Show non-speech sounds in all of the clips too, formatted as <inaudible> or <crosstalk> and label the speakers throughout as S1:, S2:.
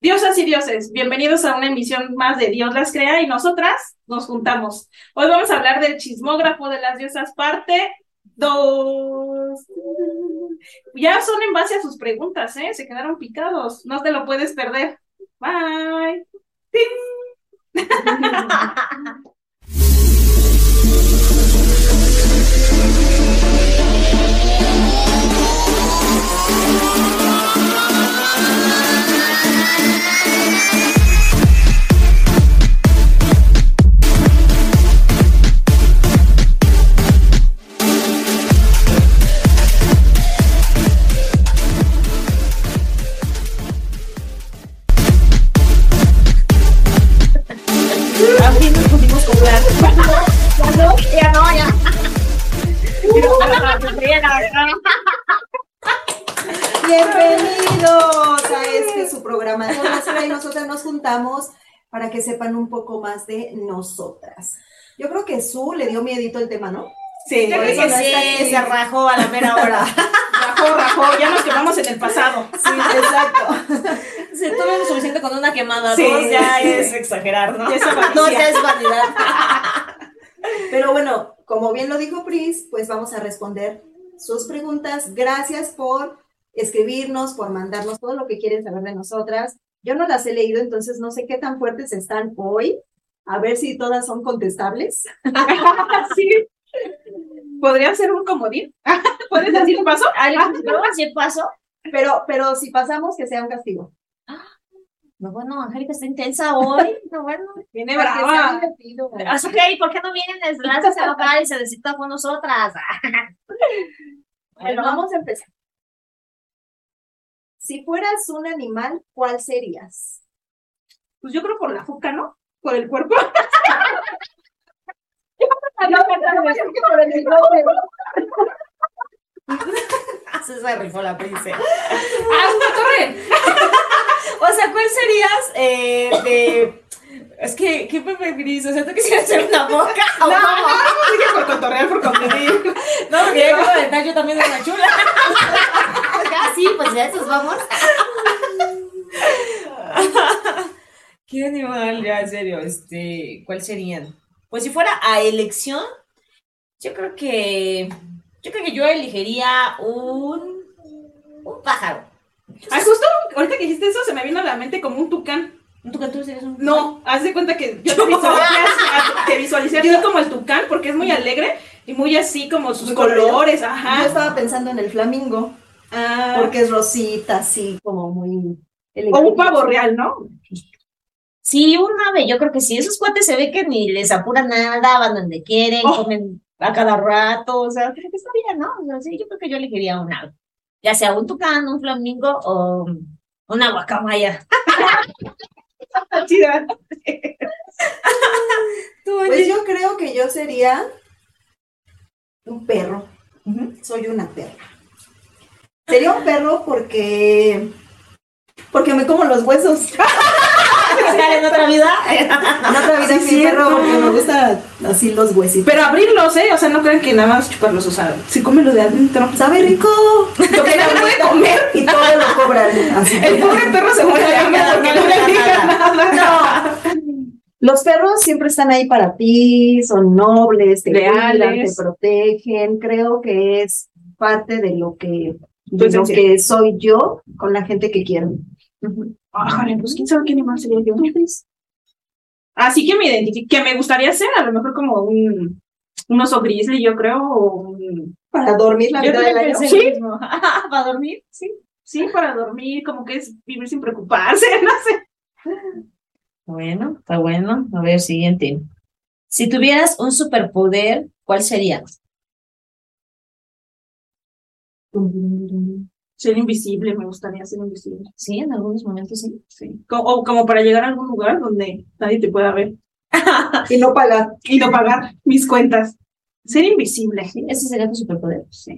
S1: Diosas y dioses, bienvenidos a una emisión más de Dios las crea y nosotras nos juntamos. Hoy vamos a hablar del chismógrafo de las diosas parte 2. Ya son en base a sus preguntas, ¿eh? Se quedaron picados, no te lo puedes perder. Bye. ¡Ting!
S2: Al fin nos pudimos comprar.
S3: Ya no, ya no, ya.
S2: Bienvenidos a este su programa. Dios las crea y nosotras nos juntamos para que sepan un poco más de nosotras. Yo creo que Su le dio miedito el tema, ¿no?
S1: Sí,
S2: Por eso
S1: sí,
S2: no está aquí.
S3: se rajó a la mera hora.
S1: rajó, rajó, ya nos quedamos en el pasado.
S2: Sí, exacto.
S3: Se toma lo suficiente con una quemada.
S1: Sí,
S3: dos ya
S1: sí.
S3: es exagerar, ¿no?
S1: Ya se
S3: Dos
S1: avaricia.
S3: ya es vanidad.
S2: Pero bueno, como bien lo dijo Pris, pues vamos a responder sus preguntas. Gracias por escribirnos, por mandarnos todo lo que quieren saber de nosotras. Yo no las he leído, entonces no sé qué tan fuertes están hoy. A ver si todas son contestables.
S1: <laughs> Sí. ¿Podría ser un comodín? <laughs> ¿Puedes decir un paso? Ah,
S3: ¿Algo así pasó?
S2: Pero, pero si pasamos, que sea un castigo.
S3: No, bueno, Angélica está intensa hoy. No, bueno.
S1: Viene
S3: para que sea
S1: brava.
S3: divertido. Así que, ¿y por qué no vienen <laughs> desgracias a local y se necesita con nosotras?
S2: Bueno, vamos a empezar. Si fueras un animal, ¿cuál serías?
S1: Pues yo creo por la juca, ¿no? Por el cuerpo. No, no, no, no.
S3: Se <laughs> se rifó la princesa.
S1: ¡Ah, una torre!
S3: <laughs> O sea, ¿cuál serías eh, de. Es que, ¿qué me gris? O sea, tú quisieras ser una boca. No,
S1: Dije por contorrear, por contorrear.
S3: no, porque yo acabo de estar yo también de
S1: <laughs>
S3: la chula. Ah, sí, pues ya esos vamos. <laughs> ¿Qué animal? Ya, en serio, este, ¿cuál serían? Pues si fuera a elección, yo creo que. Yo creo que yo elegiría un. un pájaro.
S1: Ah, justo ahorita que dijiste eso se me vino a la mente como un tucán.
S3: ¿Tú que tú serías un
S1: No, haz de cuenta que yo te visualicé, así- te visualicé a ti como el tucán porque es muy alegre y muy así como sus
S2: Muy colorido.
S1: colores,
S2: Ah, Yo
S1: ajá.
S2: estaba pensando en el flamingo,
S1: Ah,
S2: porque es rosita, así como muy
S1: o
S2: elegante.
S1: un pavo real, ¿no?
S3: Sí, un ave, yo creo que sí. Esos cuates se ve que ni les apura nada, van donde quieren,
S1: Oh.
S3: comen a cada rato, o sea, creo que está bien, ¿no? O sea, sí, yo creo que yo elegiría un ave. Ya sea un tucán, un flamingo o una guacamaya. <laughs>
S1: <laughs> Chida.
S2: Pues yo creo que yo sería un perro.
S1: Ujú.
S2: Soy una perra. Sería un perro porque porque me como los
S1: <laughs>
S2: huesos.
S3: Estar en otra vida. <laughs>
S2: En otra vida fui un perro porque me gusta así los huesitos.
S1: Pero abrirlos, ¿eh? O sea, no crean que nada más chuparlos, o sea, si comen lo de adentro.
S2: Sabe rico.
S1: Lo que no puede comer.
S2: Y todo lo cobran. Así
S1: El pobre perro se muere de hambre porque no le digan nada.
S2: Los perros siempre están ahí para ti, son nobles, te cuidan, te
S1: Leales.
S2: protegen. Creo que es parte de lo que, de
S1: Tu
S2: lo
S1: esencia.
S2: que soy yo con la gente que quiero. Ujú.
S1: Ájale, pues quién sabe qué animal sería yo. Así que me identifique, que me gustaría ser a lo mejor como un, un oso grizzly, yo creo, o un-
S2: Para dormir la
S1: Yo
S2: vida del
S1: también
S2: año.
S1: pensé.
S3: Sí. <laughs> ¿Para dormir? Sí.
S1: sí, para dormir, como que es vivir sin preocuparse, <laughs> no sé.
S3: Bueno, está bueno. A ver, siguiente. Si tuvieras un superpoder, ¿cuál sería?
S1: Ser invisible, me gustaría ser invisible.
S3: Sí, en algunos momentos sí.
S1: Sí. Co- O, como para llegar a algún lugar donde nadie te pueda ver
S2: Y no pagar.
S1: y no pagar mis cuentas. Ser invisible.
S3: Sí, ese sería tu superpoder. Sí.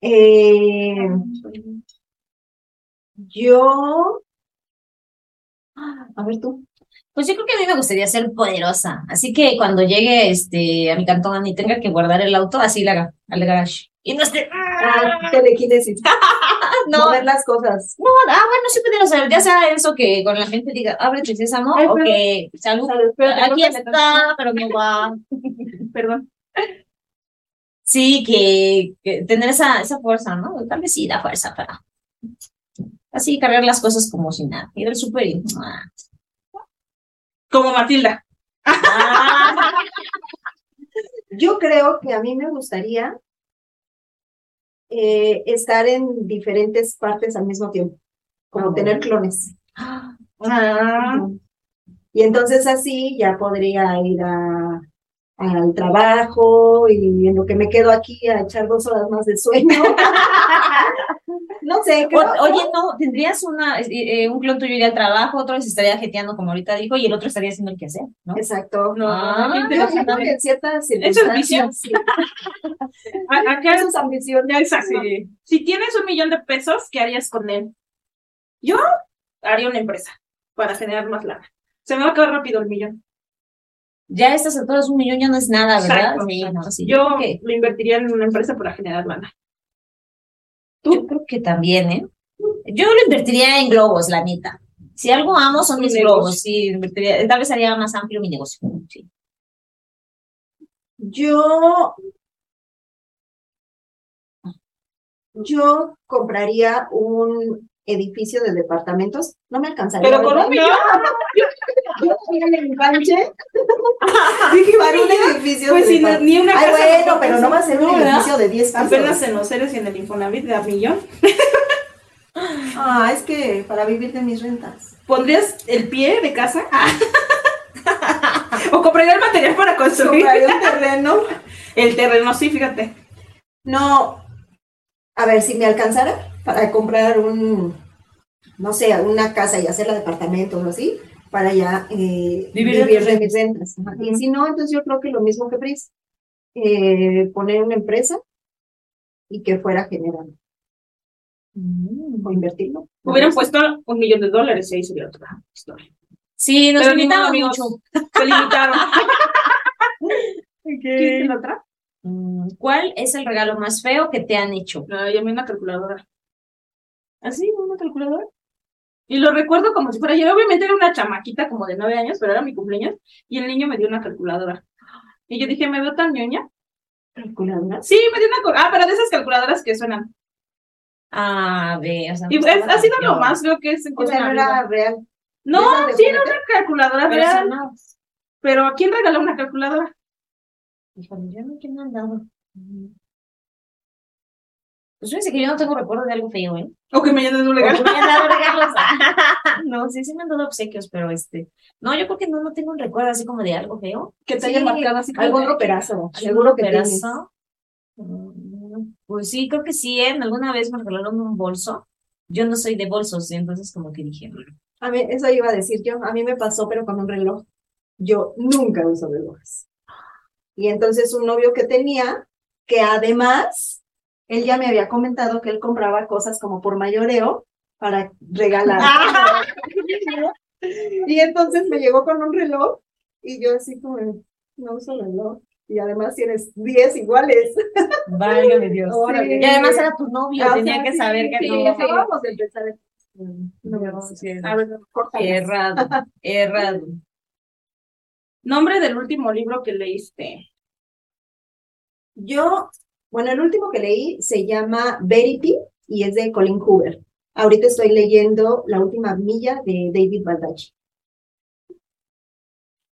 S2: Eh,
S1: Mm.
S2: yo,
S3: A ver tú. Pues yo creo que a mí me gustaría ser poderosa. Así que cuando llegue este, a mi cantón y tenga que guardar el auto, así la haga al garage. Y no esté.
S2: ah, telequinesis.
S3: ah, no.
S2: mover las cosas.
S3: No, ah, bueno, sí pudieron saber, ya sea eso que con la gente diga, ábrete, sésamo,
S1: Ay,
S3: o
S1: perdón.
S3: que salud,
S1: Salud, pero tengo
S3: aquí
S1: que meter-
S3: está, pero no va.
S1: Perdón.
S3: Sí, que, que tener esa, esa fuerza, ¿no? Tal vez sí da fuerza para así cargar las cosas como si nada. Ir al súper y...
S1: Como Matilda.
S3: Ah,
S2: Yo creo que a mí me gustaría eh, estar en diferentes partes al mismo tiempo, como
S3: Ujú.
S2: tener clones.
S1: Ah,
S2: Y entonces así ya podría ir a, al trabajo y en lo que me quedo aquí a echar dos horas más
S1: <laughs>
S2: de sueño. No sé, creo,
S3: o- oye, no, tendrías una, eh, eh, un clon tuyo iría al trabajo, otro se estaría jeteando como ahorita dijo, y el otro estaría haciendo el quehacer, ¿no?
S2: Exacto.
S1: no,
S3: Ah,
S1: qué
S2: Yo creo
S1: interesante.
S2: que en ciertas
S1: es
S2: circunstancias, sí,
S1: A- Acá
S2: eso es ambición.
S1: Ya, exacto.
S3: Sí.
S1: Si tienes un millón de pesos, ¿qué harías con él? Yo haría una empresa para generar más lana. Se me va a acabar rápido el millón.
S3: Ya a estas alturas un millón ya no es nada, ¿verdad?
S1: Exacto,
S3: Sí,
S1: exacto.
S3: no, sí, yo
S1: Yo
S3: creo que-
S1: lo invertiría en una empresa para generar lana.
S3: Yo creo que también, ¿eh? Yo lo invertiría en globos, la neta. Si algo amo son
S1: Un
S3: mis
S1: negocio.
S3: globos, sí, invertiría, tal vez haría más amplio mi negocio. sí.
S2: Yo, yo compraría un edificio de departamentos. No me alcanzaría.
S1: Pero con
S2: ¿verdad?
S1: un millón. <laughs>
S2: Yo tenía en el enganche. Dije, para un edificio
S1: Pues
S2: de
S1: si no-
S2: depart-
S1: ni una
S2: Ay,
S1: casa.
S2: bueno,
S1: no
S2: pero no va a ser un
S1: No, ¿verdad?
S2: edificio de 10 pisos.
S1: Apenas en los seres y en el Infonavit de a millón.
S2: Ah, es que para vivir de mis rentas.
S1: ¿Pondrías el pie de
S2: <laughs>
S1: casa? ¿O compraría el material para construir?
S2: Compraría un terreno.
S1: El terreno, sí, fíjate.
S2: No, a ver, si me alcanzara para comprar un, no sé, una casa y hacerla departamentos o así, para ya eh,
S3: Vivir de
S2: vivir
S3: tus
S2: de mis rentas. Ajá. Y si no, entonces yo creo que lo mismo que Pris, eh, poner una empresa y que fuera generando o invertirlo. Pues,
S1: Hubieran puesto un millón de dólares y ahí sería otra historia.
S3: Sí, nos
S1: Pero ni modo,
S3: limitamos
S1: amigos.
S3: mucho.
S1: <laughs> Se limitaron. ¿Quién
S3: ¿Quién
S1: la otra?
S3: Mm, ¿Cuál es el regalo más feo que te han hecho?
S1: No, llamé una calculadora. ¿Así? ¿Una calculadora? Y lo recuerdo como si fuera yo. Obviamente era una chamaquita como de nueve años, pero era mi cumpleaños. Y el niño me dio una calculadora. Y yo dije, ¿me veo tan ñoña?
S2: Calculadora.
S1: Sí, me dio una. cal- Ah, pero de esas calculadoras que suenan.
S3: A ver, o sea,
S1: Y
S3: no
S1: es-
S3: Ah, pues, estaba
S1: ha sido
S3: tan
S1: lo
S3: feo.
S1: más creo que es.
S2: O sea, no era real.
S1: No,
S2: ¿Esa de
S1: sí, era
S2: juguete?
S1: una calculadora
S3: Pero
S1: real.
S3: sonaba.
S1: Pero ¿a quién regaló una calculadora?
S3: Híjole, yo no que me han dado. Pues fíjense que yo no tengo recuerdo de algo feo, ¿eh?
S2: <laughs>
S1: O que me hayan dado un regalo.
S3: Porque me han dado regalos. ah, <laughs> No, sí, sí me han dado obsequios, pero este. No, yo creo que no, no tengo un recuerdo así como de algo feo.
S1: Que te
S3: Sí,
S1: haya marcado así como.
S2: Algún
S1: de-
S2: roperazo,
S3: ¿Algún
S2: seguro que
S3: operazo?
S2: tienes.
S3: Mm, Pues sí, creo que sí, ¿eh? Alguna vez me regalaron un bolso. Yo no soy de bolsos, y entonces como que dije, "Mm".
S2: A mí, eso iba a decir yo, a mí me pasó, pero con un reloj. Yo nunca uso relojes. Y entonces un novio que tenía, que además, él ya me había comentado que él compraba cosas como por mayoreo para regalar. Y entonces me llegó con un reloj y yo así como, no uso reloj. Y además tienes 10 iguales.
S3: válgame Dios.
S2: Órale. Ah,
S3: Y además era tu novio,
S2: O
S3: tenía
S2: sea,
S3: que
S2: sí,
S3: saber que
S2: sí,
S3: no.
S2: acabamos de empezar. No,
S3: No, sí,
S1: A ver,
S2: córtala.
S3: Errado,
S2: <laughs>
S3: errado.
S1: nombre del último libro que leíste.
S2: Yo, bueno, el último que leí se llama Verity y es de Colin Hoover. Ahorita estoy leyendo La última milla de David Baldacci.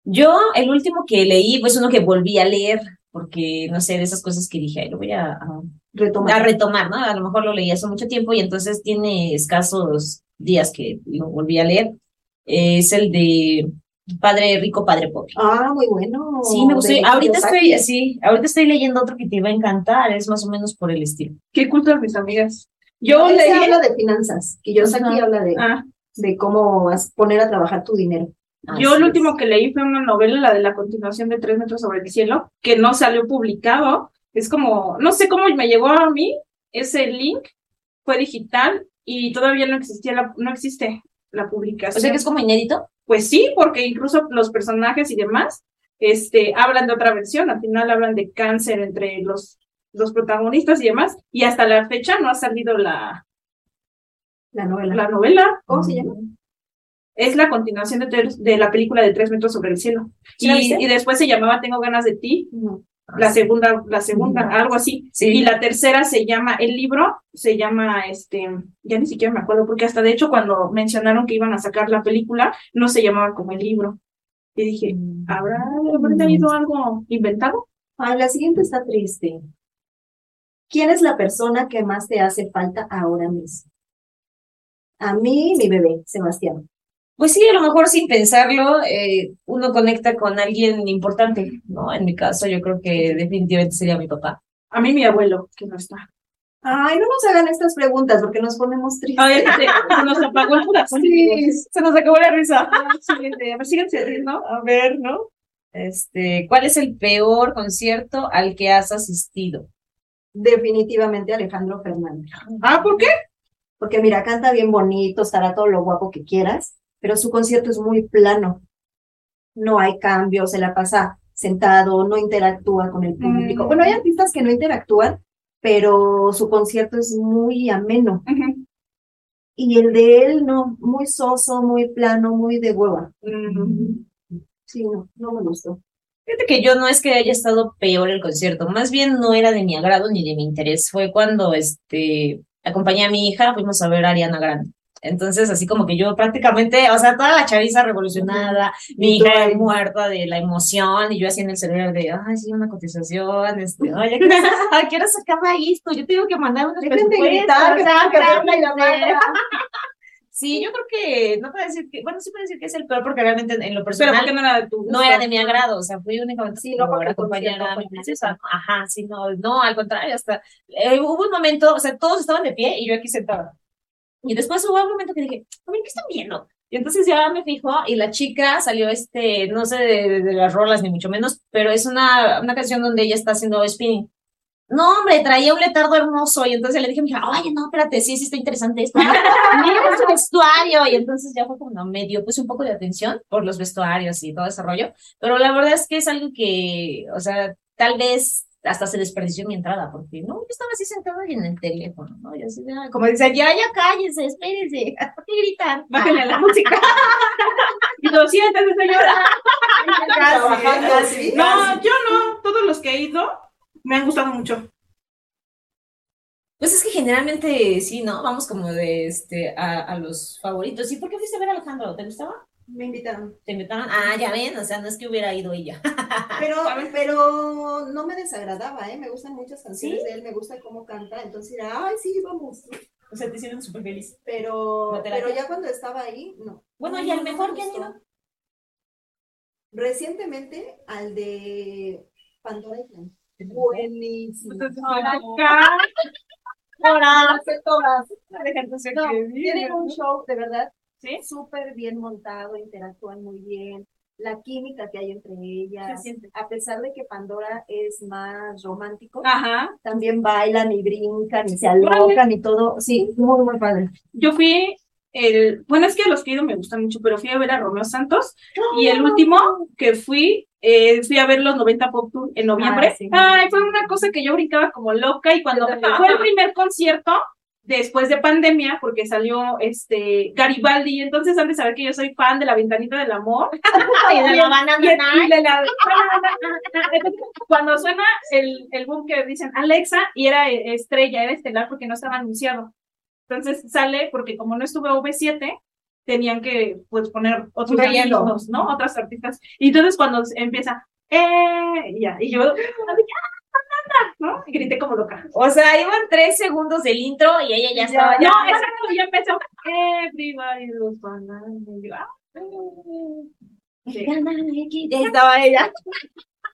S3: Yo, el último que leí, pues uno que volví a leer, porque no sé, de esas cosas que dije, "Ay, lo voy a, a- a
S2: Retomar.
S3: retomar, ¿no? A lo mejor lo leí hace mucho tiempo y entonces tiene escasos días que lo volví a leer. Eh, Es el de Padre Rico, Padre Pobre.
S2: Ah, muy bueno.
S3: Sí, me gustó.
S2: de
S3: Ahorita estoy,
S2: Kiyosaki.
S3: sí, ahorita estoy leyendo otro que te va a encantar, es más o menos por el estilo.
S1: ¿Qué cultas mis amigas? Yo
S2: Él se
S1: leí.
S2: habla de finanzas. Kiyosaki
S3: Ajá.
S2: habla de,
S1: Ah,
S2: de cómo as- poner a trabajar tu dinero.
S1: yo
S3: Así
S1: lo
S3: Ah, es.
S1: último que leí fue una novela, la de la continuación de Tres metros sobre el cielo, que no salió publicado. Es como, no sé cómo me llegó a mí ese link, fue digital y todavía no existía la, no existe la
S3: O sea
S1: publicación.
S3: que es como inédito.
S1: Pues sí, porque incluso los personajes y demás, este, hablan de otra versión, al final hablan de cáncer entre los, los protagonistas y demás, y hasta la fecha no ha salido la,
S2: La novela.
S1: La novela
S2: ¿Cómo se llama?
S1: es la continuación de, tres- de la película de Tres metros sobre el cielo.
S2: ¿Sí la
S1: Y,
S2: viste?
S1: y después se llamaba Tengo ganas de ti,
S2: No.
S1: la segunda, la segunda, algo así.
S3: Sí.
S1: Y la tercera se llama, el libro se llama, este, ya ni siquiera me acuerdo, porque hasta de hecho cuando mencionaron que iban a sacar la película, no se llamaba como el libro. Y dije, ¿habrá, habrá tenido algo inventado?
S2: Ah, la siguiente está triste. ¿Quién es la persona que más te hace falta ahora mismo? A mí, mi bebé, Sebastián.
S3: Pues sí, a lo mejor sin pensarlo, eh, uno conecta con alguien importante, ¿no? En mi caso, yo creo que definitivamente sería mi papá.
S1: A mí mi abuelo, que no está.
S2: Ay, no nos hagan estas preguntas porque nos ponemos tristes.
S1: Ay, se- se nos apagó el corazón.
S3: se nos acabó la risa.
S1: Ay, siguiente, a ver, síguense riendo.
S3: <laughs> A ver, ¿no? Este, ¿cuál es el peor concierto al que has asistido?
S2: Definitivamente Alejandro Fernández.
S1: Ah, ¿por qué?
S2: Porque mira, canta bien bonito, estará todo lo guapo que quieras, pero su concierto es muy plano. No hay cambios, se la pasa sentado, no interactúa con el público.
S1: Mm.
S2: Bueno, hay artistas que no interactúan, pero su concierto es muy ameno.
S1: Ujú.
S2: Y el de él, no, muy soso, muy plano, muy de hueva.
S1: Mm.
S2: Sí, no, no me gustó.
S3: Fíjate que yo no es que haya estado peor el concierto, más bien no era de mi agrado ni de mi interés. Fue cuando este acompañé a mi hija, fuimos a ver a Ariana Grande. Entonces, así como que yo prácticamente, o sea, toda la chaviza revolucionada, mi
S2: tú
S3: hija
S2: ahí.
S3: muerta de la emoción, y yo así en el celular de, ay, sí, una cotización, este, oye, ¿qué ¿a qué hora se acaba esto? Yo tengo que mandar unos
S2: Dejen de
S1: pues,
S3: presupuestos,
S2: gritar, que
S3: ya,
S2: están quebrando la
S3: cálmense".
S2: barra.
S3: Sí, yo creo que, no puedo decir que, bueno, sí puedo decir que es el peor, porque realmente en
S1: Pero
S3: lo personal
S1: ¿por qué no era de tu gusto?
S3: no era de mi agrado, o sea, fui únicamente
S2: Sí, no,
S3: por
S2: porque el
S3: acompañar
S2: concierto
S3: a mi
S2: fue
S3: princesa. Ajá, sí, no, no, al contrario, hasta eh, hubo un momento, o sea, todos estaban de pie y yo aquí sentada. Y después hubo un momento que dije, a ver, ¿qué están viendo? Y entonces ya me fijo y la chica salió, este, no sé de, de- de las rolas ni mucho menos, pero es una, una canción donde ella está haciendo spinning. No, hombre, traía un letardo hermoso y entonces le dije a mi hija, oye, no, espérate, sí, sí está
S1: <laughs>
S3: interesante esto. Mira su vestuario. Y entonces ya fue como medio, puse pues, un poco de atención por los vestuarios y todo ese rollo. Pero la verdad es que es algo que, o sea, tal vez hasta se desperdició mi entrada, porque no, yo estaba así sentada y en el teléfono, ¿no? Yo así, ah, como dicen, ya, ya cállense, <laughs> espérense, ¿por qué gritan?
S1: Bájale a la música. y lo sientes, señora.
S2: Trabajando así.
S1: No, yo no. Todos los que he ido me han gustado mucho.
S3: Pues es que generalmente sí, ¿no? Vamos como de este a, a los favoritos. ¿Y por qué fuiste a ver a Alejandro? ¿Te gustaba?
S2: Me invitaron.
S3: ¿Te invitaron? Ah, ya ven, o sea, no es que hubiera ido ella.
S2: Pero,
S1: ¿Sabes?
S2: pero no me desagradaba, ¿eh? Me gustan muchas canciones de él, me gusta cómo canta, entonces era, ay, sí, vamos.
S3: O sea, te hicieron súper feliz.
S2: Pero,
S3: ¿No te
S2: pero
S3: late?
S2: ya cuando estaba ahí, no.
S3: Bueno,
S2: No,
S3: ¿y al
S2: no me
S3: mejor que han
S2: gustó.
S3: ido?
S2: Recientemente al de Pandora Island. Buenísimo.
S1: Acá,
S2: No, tienen un show, de verdad,
S1: ¿Sí?
S2: súper bien montado, interactúan muy bien. La química que hay entre ellas, a pesar de que Pandora es más romántico,
S1: Ajá.
S2: también bailan y brincan y se alocan y todo. Sí, muy, muy padre.
S1: Yo fui el, bueno, es que los que he ido me gustan mucho, pero fui a ver a Romeo Santos y el último que fui, eh, fui a ver los 90 Pop Tour en noviembre.
S2: Ah, sí.
S1: Ay, fue una cosa que yo brincaba como loca y cuando
S2: Yo también.
S1: fue el primer concierto después de pandemia, porque salió este Garibaldi, entonces han de saber que yo soy fan de La Ventanita del Amor.
S3: Ah,
S1: Y- y de la- Cuando suena el, el boom que dicen Alexa y era eh, estrella, era estelar porque no estaba anunciado. Entonces sale porque como no estuvo V7, tenían que pues poner otros
S3: Relleno.
S1: artistas, ¿no? Otras artistas. Y entonces cuando empieza, ¡eh! y Ya, y yo, ¡ah! ¿no? Y grité como loca.
S3: O sea, iban tres segundos del intro y ella ya estaba.
S1: No, exacto, ya empezó. Everybody los bananas. Y yo, ¡ah! Sí,
S3: Ya estaba ella.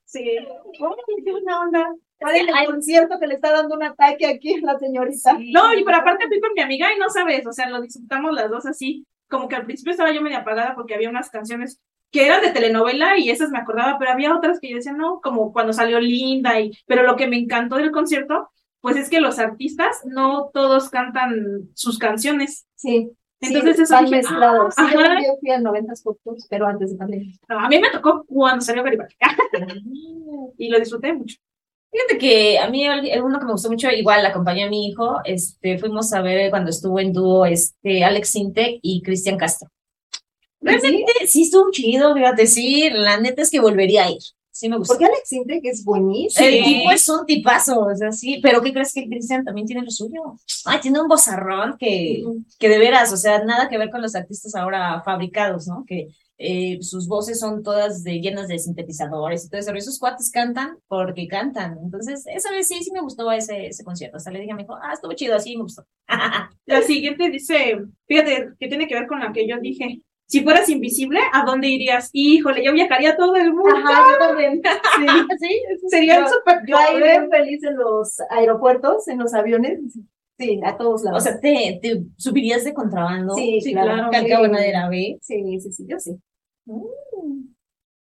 S1: sí. Ay, qué buena onda.
S2: el concierto que le está dando un ataque aquí a la señorita.
S1: No, y pero aparte fui con mi amiga y no sabes, o sea, lo disfrutamos las dos así. Como que al principio estaba yo medio apagada porque había unas canciones que eran de telenovela y esas me acordaba, pero había otras que yo decía, no, como cuando salió Linda y, pero lo que me encantó del concierto, pues es que los artistas no todos cantan sus canciones.
S2: Sí.
S1: Entonces
S2: sí,
S1: eso
S2: van
S1: dije,
S2: mezclados. Sí,
S1: ah,
S2: yo
S1: ajá.
S2: también fui al 90 Pop Tours, pero antes de pandemia.
S1: <laughs> No, a mí me tocó cuando salió Garibaldi y lo disfruté mucho.
S3: Fíjate que a mí al- uno que me gustó mucho, igual acompañé a mi hijo, este, fuimos a ver cuando estuvo en dúo este, Alex Sintek y Cristian Castro. Realmente ¿Ah, sí estuvo chido, fíjate, sí, la neta es que volvería a ir. Sí me gustó.
S2: Porque Alex Sintek es buenísimo.
S3: El
S1: Sí.
S3: tipo es un tipazo, o sea, sí, pero ¿qué crees que Cristian también tiene lo suyo? Ay, tiene un bozarrón que, que de veras, o sea, nada que ver con los artistas ahora fabricados, ¿no? Que eh, sus voces son todas de, llenas de sintetizadores y todo eso, pero esos cuates cantan porque cantan. Entonces, esa vez sí, sí me gustó ese, ese concierto. Hasta le dije a mi hijo, ah, estuvo chido, así me gustó.
S1: La siguiente dice, fíjate, que tiene que ver con lo que yo dije. Si fueras invisible, ¿a dónde irías? Híjole, yo viajaría a todo el mundo.
S2: Ajá, yo también. Sí. <laughs>
S3: sí,
S1: Sería
S2: Yo-
S1: súper
S2: Yo ahí bien feliz en los aeropuertos, en los aviones. Sí, a todos lados.
S3: o sea, te, te subirías de contrabando.
S2: sí,
S1: sí,
S2: claro.
S1: claro.
S3: Que al cabo nadie la ve.
S2: Sí, sí, sí, yo sí.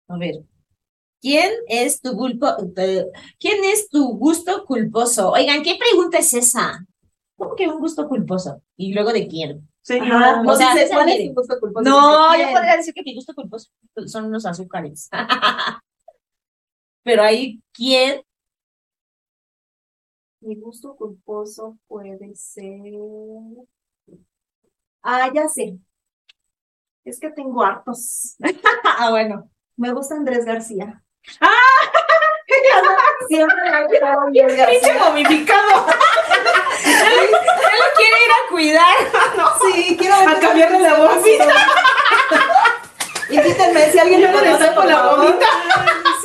S3: A ver. ¿Quién es tu culpo, eh, quién es tu gusto culposo? Oigan, ¿qué pregunta es esa? ¿Cómo que un gusto culposo? ¿Y luego de quién?
S1: Sí,
S2: Ajá,
S1: no.
S2: no
S3: o sea,
S2: dice,
S3: esa
S2: ¿cuál
S3: mire.
S2: es tu gusto culposo?
S3: No,
S2: Dice,
S3: yo
S2: Pues, ¿quién?
S3: podría decir que mi gusto culposo son los azúcares. <laughs> Pero ahí, ¿quién?
S2: Mi gusto culposo puede ser. Ah, ya sé. Es que tengo hartos. <laughs>
S3: Ah, bueno.
S2: Me gusta Andrés <laughs> García. Siempre me ha gustado Andrés García.
S3: momificado! Ya lo quiere ir a cuidar.
S2: Sí, quiero ver
S1: A
S2: que
S1: cambiarle
S2: también
S1: la
S2: sea
S1: voz.
S2: así. <laughs> Invítenme, si alguien
S1: Yo
S2: me
S1: le
S2: conoce,
S1: saco
S2: por
S1: la
S2: favor, <laughs>
S1: bolita.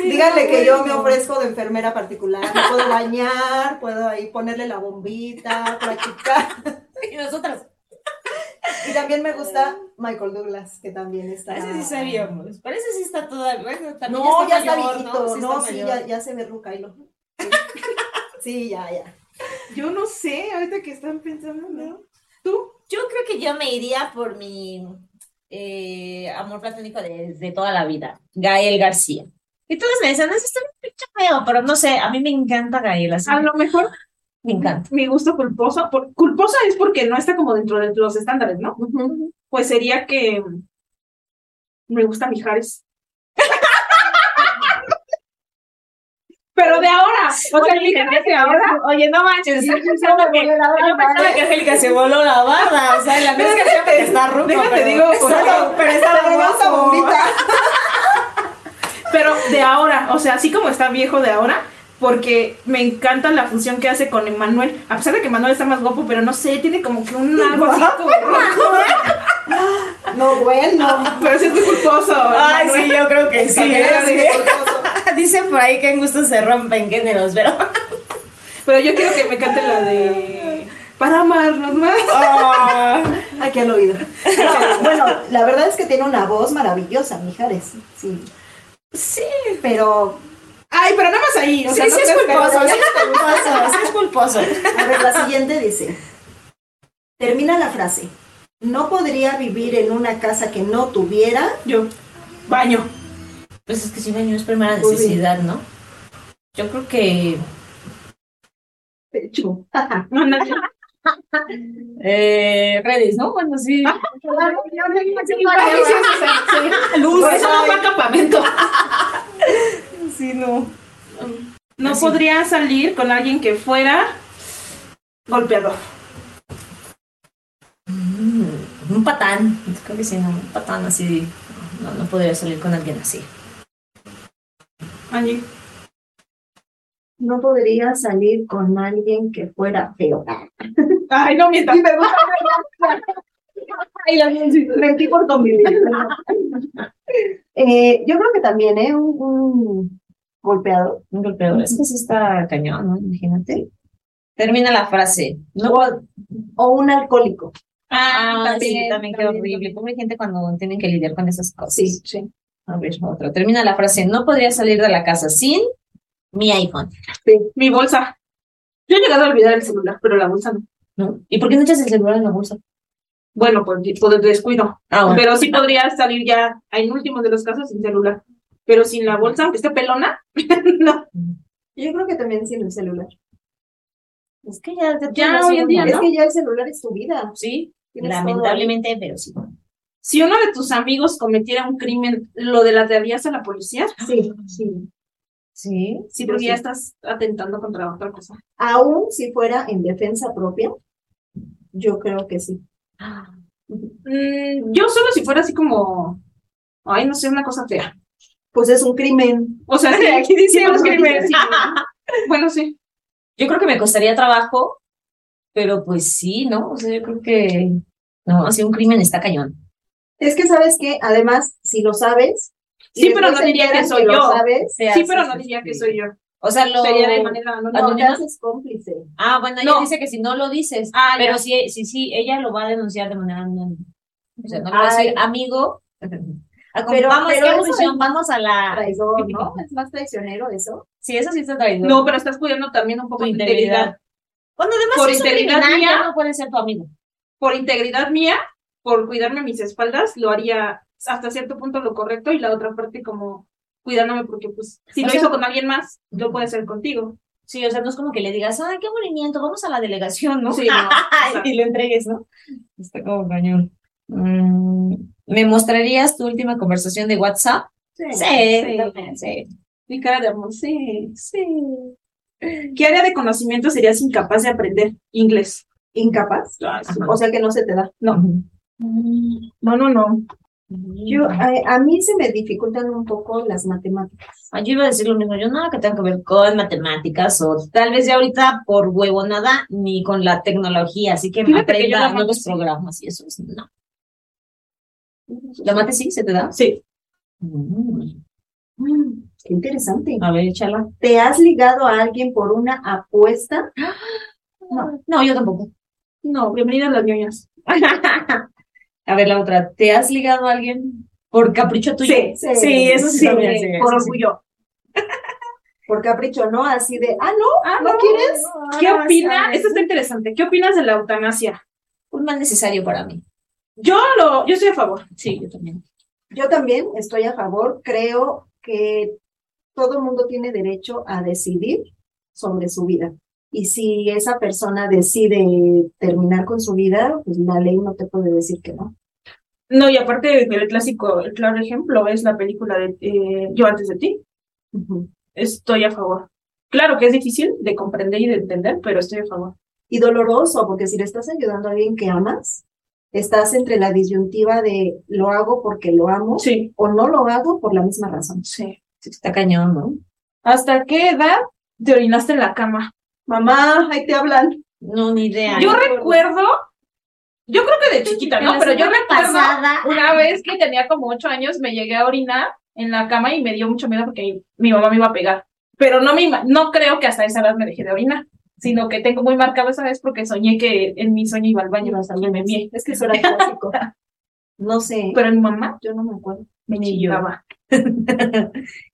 S2: díganle que yo me ofrezco de enfermera particular. Me puedo bañar, puedo ahí ponerle la bombita, practicar.
S3: Y nosotras.
S2: Y también me gusta Michael Douglas, que también está.
S3: Parece sí sabíamos. Parece sí está toda. Bueno, también
S2: No, ya está
S3: mayor,
S2: viejito.
S3: Sí
S2: No,
S3: está
S2: sí,
S3: mayor.
S2: ya, ya se ve Rucailo.
S3: <laughs>
S2: Sí. Sí, ya, ya.
S1: Yo no sé, ahorita que están pensando, ¿no? ¿Tú?
S3: Yo creo que yo me iría por mi eh, amor platónico de, de toda la vida, Gael García. Y todos me decían, eso está bien pinche feo, pero no sé, a mí me encanta Gael, así
S1: A lo mejor
S3: me encanta.
S1: mi gusto culposo, por, culposo es porque no está como dentro de los estándares, ¿no? Pues sería que me gusta <laughs> Mijares. Pero de ahora, o sea, Mijares de ahora.
S3: Oye, no manches,
S1: Sí, sí, sí, porque
S3: yo pensaba que Angélica se voló la barra, o sea, la vez que siempre está ruco,
S1: Déjate,
S3: pero-
S1: digo, porque-
S3: pero está
S2: Pero no esa
S3: guapo.
S2: bombita.
S1: Pero de ahora, o sea, así como está viejo de ahora, porque me encanta la función que hace con Emanuel. A pesar de que Emanuel está más guapo, pero no sé, tiene como que un algo así como rojo.
S2: No, bueno.
S1: Pero sí es muy culposo.
S3: Ay,
S1: Emanuel.
S3: sí, yo creo que sí.
S2: Era así de
S3: ¿eh?
S2: culposo.
S3: <laughs> Dice por ahí que en gusto se rompen géneros, pero...
S1: Pero yo quiero que me cante la de. Para amarnos más.
S3: Ah.
S2: Aquí al oído. No, bueno, la verdad es que tiene una voz maravillosa, Mijares. Sí.
S3: Sí,
S2: Pero,
S1: Ay, pero nada más ahí. O sea,
S3: sí, sí es
S1: creas que-
S3: culposo, sí es culposo, sí es culposo.
S2: a ver, la siguiente dice. Termina la frase. No podría vivir en una casa que no tuviera.
S1: Yo. Baño.
S3: Pues es que si baño es primera
S2: Pues sí.
S3: necesidad, ¿no? Yo creo que.
S1: Pecho.
S2: <laughs>
S1: No, no, no.
S3: Eh, redes, ¿no? Bueno, sí. <laughs>
S1: Luz. Por eso no fue a campamento.
S3: Sí, no.
S1: No
S3: Así.
S1: podría salir con alguien que fuera golpeador.
S3: Mm, un patán. Creo que sí, no. Un patán así. No, no podría salir con alguien así.
S1: Angie.
S2: No podría salir con alguien que fuera feo.
S1: <laughs> Ay, no mientas.
S2: Mentí por convivir. Eh, yo creo que también, ¿eh? Un, un golpeador.
S3: Un golpeador. Es que sí está cañón, ¿no? Imagínate. Termina la frase. No puedo-
S2: O un alcohólico.
S3: Ah, sí, también qué
S1: también,
S3: horrible.
S1: también.
S3: Como hay gente cuando tienen que lidiar con esas cosas.
S2: Sí, sí.
S3: A ver, otra. Termina la frase. No podría salir de la casa sin mi iPhone.
S1: Mi bolsa. Yo he llegado a olvidar el celular, pero la bolsa no.
S3: ¿No? ¿Y por qué no echas el celular en la bolsa?
S1: Bueno, por, por el descuido.
S3: Ah, bueno.
S1: Pero sí podría salir ya, en últimos de los casos, sin celular. Pero sin la bolsa, aunque esté pelona, <laughs> no.
S2: Yo creo que también sin el celular.
S3: Es que ya, ya,
S1: Ya
S3: todos
S1: hoy en
S3: somos
S1: día,
S3: mamás.
S2: Es que ya el celular es tu vida.
S3: Sí,
S2: Tienes todo ahí.
S3: lamentablemente, pero sí.
S1: Si uno de tus amigos cometiera un crimen, ¿lo de la a la policía?
S2: Sí, sí.
S3: Sí.
S1: Sí, porque ya estás atentando contra otra cosa.
S2: Aún si fuera en defensa propia, yo creo que sí.
S1: Mm, yo solo si fuera así como, ay, no sé, una cosa fea.
S2: Pues es un crimen.
S1: O sea, sí, <laughs> aquí dice
S2: <laughs> Sí,
S1: los
S2: porque-
S1: crímenes. Bueno, sí.
S3: Yo creo que me costaría trabajo, pero pues sí, ¿no? O sea, yo creo que no, así un crimen está cañón.
S2: Es que sabes que además, si lo sabes, y
S1: Sí, pero
S2: después
S1: no
S2: te
S1: diría que
S2: enteras
S1: soy
S2: lo
S1: yo.
S2: sabes,
S1: Sí, pero no diría que soy yo.
S3: O sea, lo
S1: Sería de manera anónima.
S2: no te
S3: ¿Anónima?
S2: haces cómplice.
S3: Ah, bueno, ella
S1: No.
S3: dice que si no lo dices,
S1: Ah, ya.
S3: pero sí, sí, sí, ella lo va a denunciar de manera anónima. O sea, no le va a
S2: Ay.
S3: decir, amigo,
S2: Pero-
S3: vamos,
S2: pero
S3: ¿qué
S2: eso
S3: posición?
S2: es-
S3: Vamos a
S1: Ah,
S3: la...
S2: Traidor, ¿no? Es más traicionero eso.
S3: Sí, eso sí está traidor.
S1: No, pero estás pudiendo también un poco
S3: tu
S1: de integridad.
S3: integridad. Cuando además
S1: Por
S3: es un
S1: integridad
S3: criminal,
S1: mía.
S3: ya no puede ser tu amigo.
S1: Por integridad mía, por cuidarme mis espaldas, lo haría hasta cierto punto lo correcto y la otra parte como cuidándome porque pues si
S3: O
S1: lo
S3: sea-
S1: hizo con alguien más, lo puede hacer contigo.
S3: Sí, o sea, no es como que le digas, ay, qué aburrimiento, vamos a la delegación, ¿no?
S2: <laughs>
S3: <laughs>
S1: Sí, no, o sea,
S3: y lo entregues, ¿no? Está como cañón. Mm, ¿me mostrarías tu última conversación de WhatsApp?
S1: sí.
S3: también, sí.
S1: Mi cara de amor, sí, sí. ¿Qué área de conocimiento serías incapaz de aprender? Inglés.
S2: Incapaz.
S1: Ajá.
S2: O sea que no se te da.
S3: Mm,
S1: No, no, no.
S2: Yo, a, a mí se me dificultan un poco las matemáticas.
S3: Ah, yo iba a decir lo mismo, yo nada que tenga que ver con matemáticas o tal vez ya ahorita por huevo nada ni con la tecnología, así que me
S1: Fíjate que yo
S3: aprenda
S1: la mate
S3: nuevos programas y eso, es- no. ¿La mate sí se te da?
S1: Sí.
S3: Mm,
S2: Mm, qué interesante.
S3: A ver, échala.
S2: ¿Te has ligado a alguien por una apuesta?
S3: No, no, yo tampoco.
S1: No, bienvenidas las ñoñas.
S3: A ver, la otra, ¿te has ligado a alguien por capricho tuyo?
S2: sí,
S3: también, sí,
S1: por
S3: eso sí.
S1: orgullo.
S2: Por capricho, ¿no? Así de, ah, no,
S1: Ah,
S2: ¿no quieres?
S1: ¿Qué
S3: Ahora
S1: opina?
S3: sabes.
S1: Esto está interesante. ¿Qué opinas de la eutanasia?
S3: Un mal necesario para mí.
S1: Yo lo, yo estoy a favor.
S3: Sí, yo también.
S2: Yo también estoy a favor. Creo que todo mundo tiene derecho a decidir sobre su vida. Y si esa persona decide terminar con su vida, pues la ley no te puede decir que no.
S1: No, y aparte el clásico, el claro ejemplo es la película de eh, Yo antes de ti.
S2: Ujú.
S1: Estoy a favor. Claro que es difícil de comprender y de entender, pero estoy a favor.
S2: Y doloroso, porque si le estás ayudando a alguien que amas, estás entre la disyuntiva de lo hago porque lo amo
S1: Sí,
S2: o no lo hago por la misma razón.
S1: sí.
S3: Sí, está cañón, ¿no?
S1: ¿Hasta qué edad te orinaste en la cama?
S2: Mamá, ahí te hablan.
S3: No, ni idea.
S1: Yo
S2: no.
S1: recuerdo, yo creo que de chiquita,
S3: En
S1: ¿no?
S3: la
S1: Pero yo
S3: semana
S1: recuerdo
S3: pasada.
S1: una vez que tenía como ocho años, me llegué a orinar en la cama y me dio mucho miedo porque mi mamá me iba a pegar. Pero no, me, ima- no creo que hasta esa edad me dejé de orinar, sino que tengo muy marcado esa vez porque soñé que en mi sueño iba al baño y me mié.
S2: Es que eso era <laughs> clásico. No sé,
S1: Pero mi mamá
S2: yo no me acuerdo.
S1: me
S3: Ni yo.
S1: chillaba.
S3: <laughs>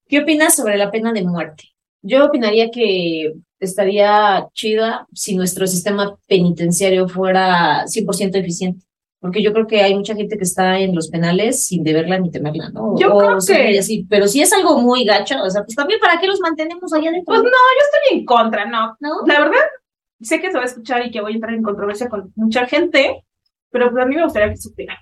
S3: ¿Qué opinas sobre la pena de muerte? Yo opinaría que estaría chida si nuestro sistema penitenciario fuera 100% eficiente, porque yo creo que hay mucha gente que está en los penales sin deberla ni temerla, ¿no?
S1: Yo
S3: O
S1: creo
S3: siempre
S1: que-
S3: así, pero si es algo muy gacho, o sea, pues también para qué los mantenemos allá
S1: Pues
S3: dentro,
S1: no, yo estoy en contra, no.
S3: ¿no?
S1: La verdad, sé que se va a escuchar y que voy a entrar en controversia con mucha gente, pero pues a mí me gustaría que supieran.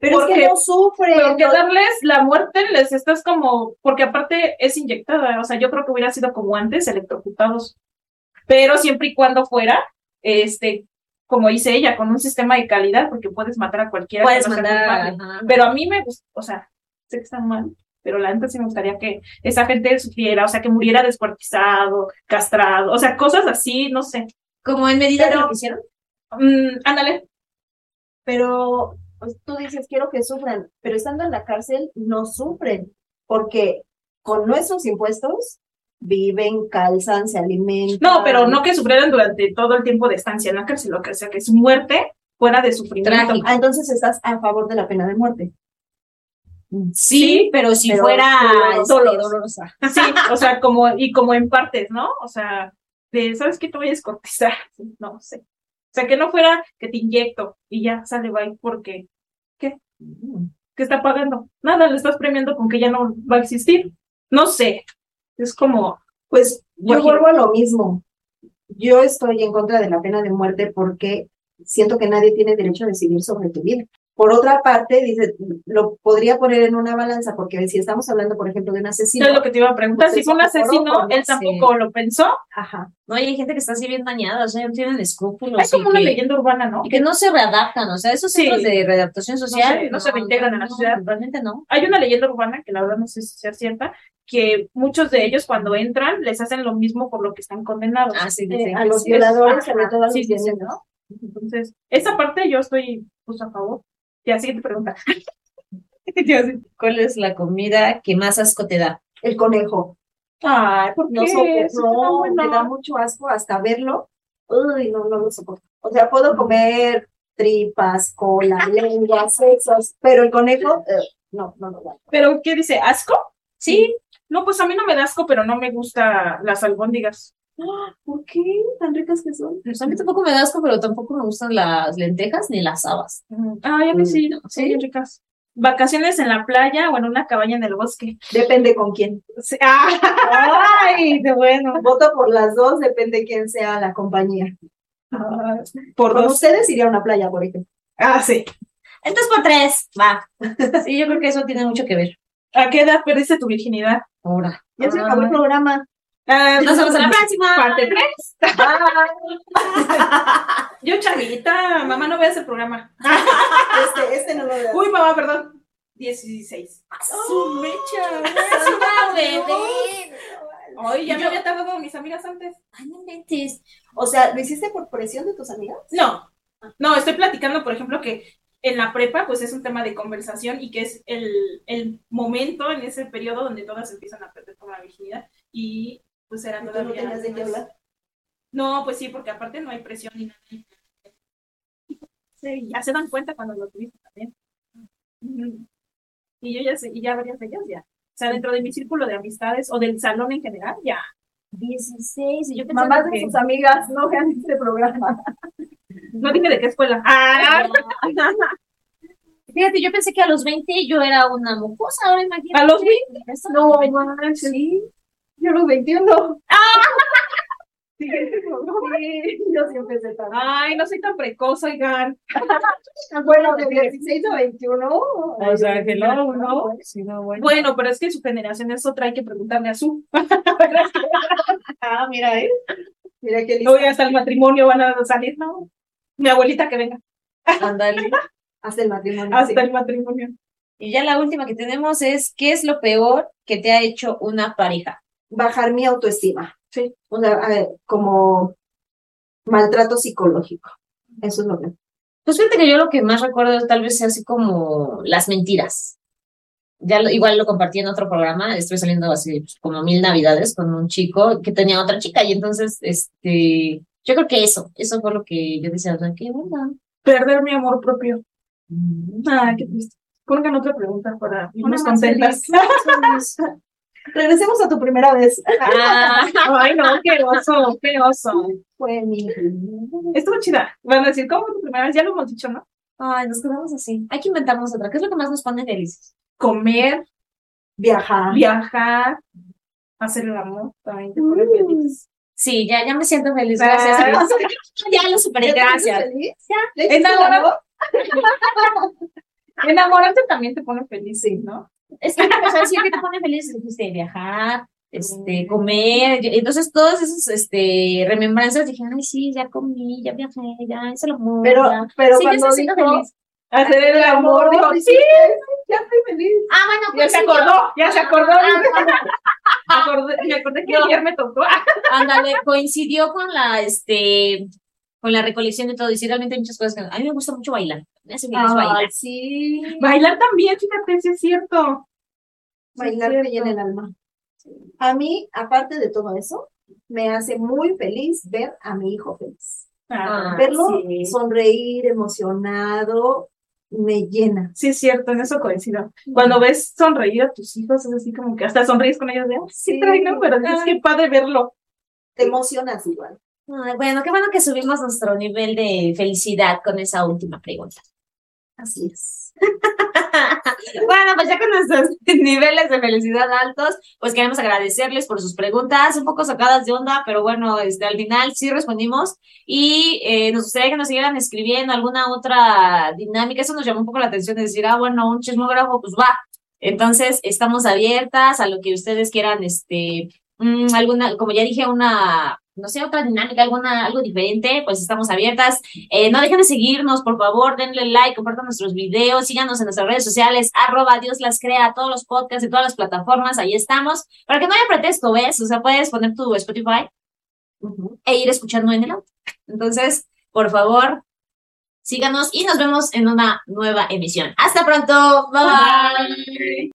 S2: Pero es que
S1: Porque-
S2: no sufre.
S1: Porque
S2: no-
S1: darles la muerte les estás como, porque aparte es inyectada, o sea, yo creo que hubiera sido como antes, electrocutados, pero siempre y cuando fuera, este, como dice ella, con un sistema de calidad, porque puedes matar a cualquiera. que
S3: Puedes
S1: no sea
S3: mandar,
S1: culpable.
S3: ajá.
S1: Pero a mí me gusta, o sea, sé que está mal, pero la neta sí me gustaría que esa gente sufriera, o sea, que muriera descuartizado, castrado, o sea, cosas así, no sé.
S3: como en medida de
S1: Pero-
S3: lo que hicieron.
S1: Mm, ándale,
S2: Pero pues, tú dices, quiero que sufran, pero estando en la cárcel no sufren, porque con nuestros impuestos viven, calzan, se alimentan.
S1: no, pero no que sufrieran durante todo el tiempo de estancia en la cárcel, o que- o sea, que su muerte fuera de sufrimiento.
S3: Trágico.
S2: Ah, entonces estás a favor de la pena de muerte.
S3: Sí, pero si
S2: pero
S3: fuera
S2: doloroso.
S3: este, dolorosa.
S1: Sí, o sea, como, y como en partes, ¿no? O sea, de, ¿sabes qué? Te voy a descortizar, <laughs> no sé. O sea, que no fuera que te inyecto y ya sale, bye, porque, ¿qué está pagando? Nada, le estás premiando con que ya no va a existir. No sé. Es como,
S2: Pues yo
S1: Guajiro.
S2: vuelvo a lo mismo. Yo estoy en contra de la pena de muerte porque siento que nadie tiene derecho a decidir sobre tu vida. Por otra parte, dice, lo podría poner en una balanza, porque si estamos hablando, por ejemplo, de un asesino.
S1: Es lo que te iba a preguntar.
S2: Pues
S1: Si
S2: eso
S1: fue un
S2: por favor,
S1: asesino,
S2: por
S1: él
S3: sí.
S1: tampoco lo pensó.
S2: Ajá.
S3: No, y hay gente que está así bien dañada, o sea, no tienen escrúpulos.
S1: Es como
S3: y
S1: una
S3: que-
S1: leyenda urbana, ¿no?
S3: Y que no se readaptan, o sea, esos
S1: Sí.
S3: centros de readaptación social
S1: se- no se reintegran a la sociedad.
S3: Realmente no.
S1: Hay una leyenda urbana, que la verdad no sé si sea cierta, que muchos de ellos cuando entran les hacen lo mismo por lo que están condenados.
S3: Ah, sí,
S2: Eh,
S3: dicen
S2: a
S3: que
S1: <laughs>
S2: los
S3: sí.
S2: violadores,
S1: Ajá,
S2: sobre todo a los
S1: sí, sí, sí.
S2: violentos, ¿no?
S1: Entonces, esa parte yo estoy pues a favor. Ya, siguiente pregunta. Ya sé.
S3: ¿Cuál es la comida que más asco te da?
S2: El conejo.
S1: Ay, ¿por qué?
S2: No soporto,
S1: Eso está
S2: no,
S1: bueno.
S2: me da mucho asco hasta verlo. Uy, no, no lo soporto. O sea, puedo comer tripas, <laughs> cola, lenguas, sexos, pero el conejo, eh, no, no lo da.
S1: ¿Pero qué dice? ¿Asco?
S3: Sí,
S1: No, pues a mí no me da asco, pero no me gusta las albóndigas.
S2: ¿Por qué? Tan ricas que son.
S3: pues a mí tampoco me da asco, pero tampoco me gustan las lentejas ni las habas.
S1: Mm. Ay, a mí sí, son
S3: ¿Sí?
S1: bien ricas. Vacaciones en la playa o en una cabaña en el bosque.
S2: Depende con quién.
S1: Sí, <laughs> Ay, de bueno.
S2: Voto por las dos, depende quién sea la compañía.
S1: Ah, Por
S2: Con
S1: dos.
S2: ustedes iría a una playa, por ejemplo.
S1: Ah, sí.
S3: Entonces por tres,
S1: <laughs>
S3: va. Sí, yo creo que eso tiene mucho que ver.
S1: ¿A qué edad perdiste tu virginidad?
S3: Ahora.
S2: Ya se acabó el
S1: Ah.
S2: programa.
S1: Ah,
S3: Nos vemos en la próxima.
S1: Parte tres. Yo, chavita, mamá, no veas el programa.
S2: Este, este no lo veo.
S1: Uy, mamá, perdón. 16.
S3: ¡Su
S2: Ah,
S3: mecha!
S1: Ay, ya me había tardado con mis amigas antes.
S3: ¡Ay, no inventes!
S2: O sea, ¿lo hiciste por presión de tus amigas?
S1: No, no, estoy platicando, por ejemplo, que en la prepa, pues es un tema de conversación y que es el, el momento en ese periodo donde todas empiezan a perder como la virginidad y pues eran
S2: ¿Tú no
S1: todavía.
S2: tenías de qué
S1: más-
S2: hablar?
S1: No, pues sí, porque aparte no hay presión ni nada. Sí, ya se dan cuenta cuando lo tuviste también. Ujú. Y yo ya sé, y ya varias de ellas ya. O sea, dentro de mi círculo de amistades o del salón en general, ya.
S3: 16, y yo pensaba
S2: Mamás de
S3: que...
S2: sus amigas, no vean este programa.
S1: No dije de qué escuela. ¡Ah!
S3: Fíjate, yo pensé que a los 20 yo era una mocosa, ahora imagínate.
S1: ¿A los 20?
S3: Eso.
S1: No, manches.
S2: Sí, yo los 21.
S3: Ah.
S2: <laughs>
S1: Sí.
S2: Sí, yo sí empecé tarde.
S1: Ay, no soy tan precoz, oigan.
S3: Ah,
S2: Bueno, de 16 a 21.
S3: O sea,
S2: Ay,
S3: que
S2: no,
S3: no,
S2: no.
S3: no. Sí, no, bueno.
S1: Bueno, pero es que su generación es otra, hay que preguntarle a su.
S3: Ah, mira, ¿eh?
S2: Mira qué lindo.
S1: Oye, hasta el matrimonio van a salir, ¿no? Mi abuelita que venga,
S3: Ándale.
S2: Hasta el matrimonio.
S1: hasta
S2: sí.
S1: el matrimonio.
S3: Y ya la última que tenemos es, ¿qué es lo peor que te ha hecho una pareja?
S2: Bajar mi autoestima.
S1: Sí.
S2: O sea, a ver, como maltrato psicológico. Eso es lo que.
S3: Pues fíjate que yo lo que más recuerdo tal vez sea así como las mentiras. Ya lo- igual lo compartí en otro programa, estuve saliendo así pues, como mil navidades con un chico que tenía otra chica y entonces, este, yo creo que eso, eso fue lo que yo decía, o sea, qué onda.
S1: Perder mi amor propio. Ay, Ah, qué triste. Pongan otra pregunta para irnos
S2: más
S1: contentas.
S3: <laughs>
S2: Regresemos a tu primera vez.
S3: Ah,
S1: <laughs> Ay, no, qué oso, qué oso.
S2: Fue mi.
S1: Estuvo chida. Van a decir, ¿cómo tu primera vez? Ya lo hemos dicho, ¿no?
S3: Ay, nos quedamos así. Hay que inventarnos otra. ¿Qué es lo que más nos pone felices?
S1: Comer,
S2: Viajar.
S1: viajar, hacer el amor. Ay, te pones
S2: Mm.
S1: feliz.
S3: Sí, ya, ya me siento feliz.
S1: <laughs>
S3: Gracias.
S1: Ah.
S3: Ya lo superé. Gracias.
S2: ¿Es
S1: Enamora-
S2: enamorado?
S1: Enamorarte también te pone feliz, sí, ¿no?
S3: Es que empezó a decir que te pone feliz. Dijiste viajar,
S1: Mm.
S3: este, comer. Y- Entonces, todas esas este, remembranzas dije, ay, sí, ya comí, ya viajé, ya hice Ah, lo amor.
S2: Pero,
S3: ya".
S2: pero
S3: Sí, ya
S2: cuando
S3: me siento
S2: dijo,
S3: feliz.
S1: Hacer el amor, digo, sí,
S2: ya estoy feliz.
S3: Ah, bueno,
S1: ya
S3: pues
S1: se
S3: sí,
S1: acordó, ya se acordó. <laughs>
S3: Ah, bueno.
S1: Me acordé, me acordé que
S3: No.
S1: ayer me tocó. Ah,
S3: Ándale, coincidió con la, este, con la recolección de todo. Y sí, realmente hay muchas cosas que a mí me gusta mucho bailar. Me hace feliz bailar.
S2: sí.
S1: Bailar también, fíjate, sí es cierto.
S2: Bailar
S1: Sí,
S2: me
S1: es
S2: llena el alma. A mí, aparte de todo eso, me hace muy feliz ver a mi hijo feliz.
S1: Ah,
S2: Verlo
S1: sí.
S2: sonreír, emocionado, me llena.
S1: Sí, es cierto, en eso coincido. Cuando ves sonreír a tus hijos, es así como que hasta sonríes con ellos de, "Ay, sí,
S2: Sí.
S1: trae, ¿no? Pero es que padre verlo.
S2: Te emocionas igual.
S3: Ay, Ah, bueno, qué bueno que subimos nuestro nivel de felicidad con esa última pregunta.
S2: Así es.
S3: Bueno, pues ya con nuestros <laughs> niveles de felicidad altos, pues queremos agradecerles por sus preguntas, un poco sacadas de onda, pero bueno, este, al final sí respondimos y eh, nos gustaría que nos siguieran escribiendo alguna otra dinámica. Eso nos llamó un poco la atención de decir, ah, bueno, un chismógrafo, pues va. Entonces, estamos abiertas a lo que ustedes quieran, este, mm, alguna, como ya dije, una, no sé, otra dinámica, alguna, algo diferente, pues estamos abiertas. Eh, no dejen de seguirnos, por favor, denle like, compartan nuestros videos, síganos en nuestras redes sociales, arroba Dios las crea, todos los podcasts y todas las plataformas, ahí estamos. Para que no haya pretexto, ¿ves? O sea, puedes poner tu Spotify e ir escuchando en el auto. Entonces, por favor, síganos y nos vemos en una nueva emisión. Hasta pronto. Bye. bye.